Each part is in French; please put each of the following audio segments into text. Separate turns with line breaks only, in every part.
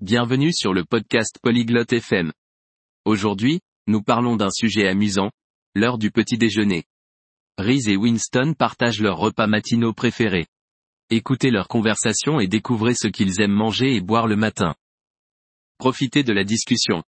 Bienvenue sur le podcast Polyglotte FM. Aujourd'hui, nous parlons d'un sujet amusant, l'heure du petit déjeuner. Reese et Winston partagent leurs repas matinaux préférés. Écoutez leur conversation et découvrez ce qu'ils aiment manger et boire le matin. Profitez de la discussion.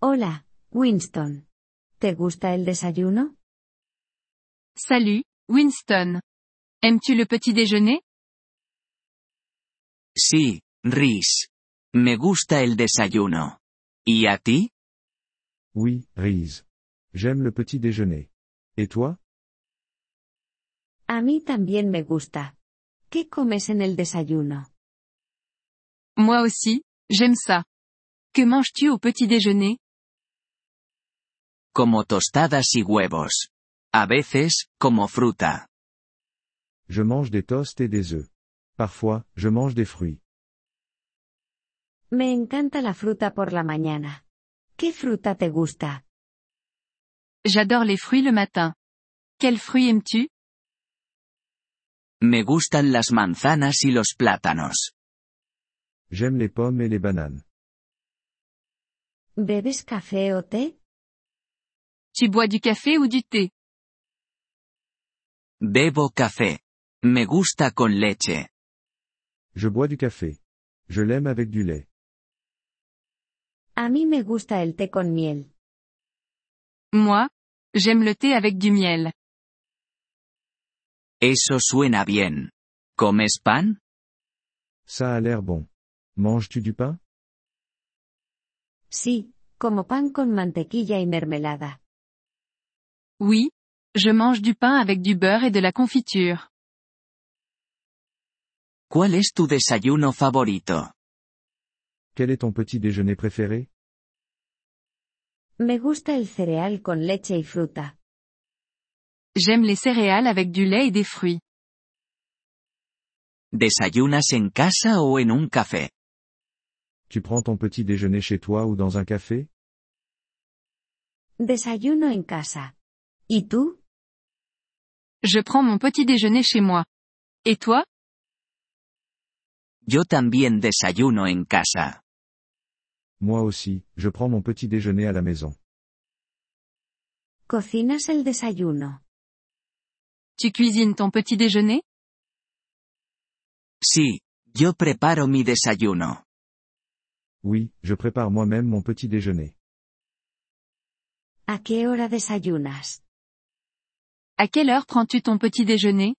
Hola, Winston. ¿Te gusta el desayuno?
Salut, Winston. Aimes-tu le petit déjeuner
Sí, Rhys. Me gusta el desayuno. ¿Y a ti?
Oui, Reese. J'aime le petit déjeuner. Et toi
A mí también me gusta. ¿Qué comes en el desayuno?
Moi aussi, j'aime ça. Que manges-tu au petit déjeuner
Como tostadas y huevos. A veces, como fruta.
Je mange des toasts et des œufs. Parfois, je mange des fruits.
Me encanta la fruta por la mañana. ¿Qué fruta te gusta?
J'adore les fruits le matin. Quels fruits aimes-tu
Me gustan las manzanas y los plátanos.
J'aime les pommes et les bananes.
¿Bebes café o té?
Tu bois du café ou du thé
Bebo café. Me gusta con leche.
Je bois du café. Je l'aime avec du lait.
A mí me gusta el té con miel.
Moi J'aime le thé avec du miel.
Eso suena bien. ¿Comes pan?
Ça a l'air bon. Manges-tu du pain
Sí, como pan con mantequilla y mermelada.
Oui Je mange du pain avec du beurre et de la confiture.
¿Cuál es tu desayuno favorito?
Quel est ton petit déjeuner préféré
Me gusta el cereal con leche y fruta.
J'aime les céréales avec du lait et des fruits.
¿Desayunas en casa o en un café?
Tu prends ton petit déjeuner chez toi ou dans un café
Desayuno en casa. ¿Y tú?
Je prends mon petit déjeuner chez moi. Et toi
Yo también desayuno en casa.
Moi aussi, je prends mon petit déjeuner à la maison.
¿Cocinas el desayuno?
Tu cuisines ton petit déjeuner
Sí, yo preparo mi desayuno.
Oui, je prépare moi-même mon petit déjeuner.
¿A qué hora desayunas?
À quelle heure prends-tu ton petit déjeuner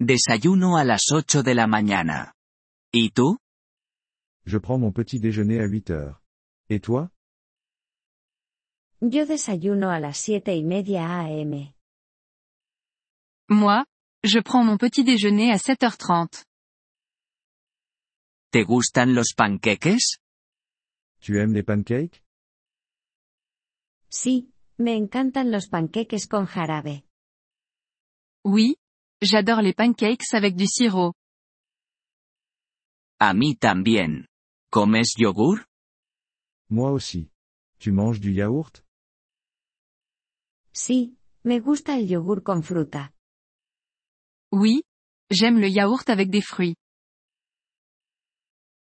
Desayuno a las 8 de la mañana. ¿Y tú?
Je prends mon petit déjeuner à 8 heures. Et toi
Yo desayuno a las siete y media a.m.
Moi Je prends mon petit déjeuner à 7h30.
¿Te gustan los panqueques?
Tu aimes les pancakes
Sí, me encantan los panqueques con jarabe.
Oui, j'adore les pancakes avec du sirop.
A mí también. ¿Comes yogur?
Moi aussi. Tu manges du yaourt
Sí, me gusta el yogur con fruta.
Oui, j'aime le yaourt avec des fruits.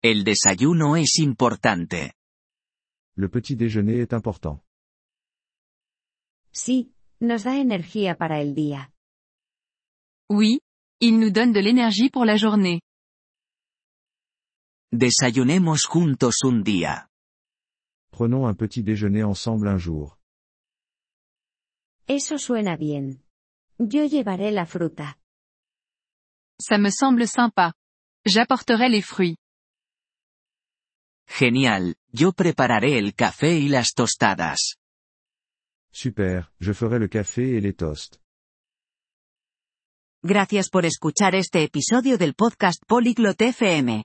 El desayuno es importante.
Le petit déjeuner est important.
Sí, nos da energía para el día.
Oui, il nous donne de l'énergie pour la journée.
Desayunemos juntos un día.
Prenons un petit déjeuner ensemble un jour.
Eso suena bien. Yo llevaré la fruta.
Ça me semble sympa. J'apporterai les fruits.
Genial, yo prepararé el café y las tostadas.
Super, je ferai le café et les toasts.
Gracias por escuchar este episodio del podcast Polyglot FM.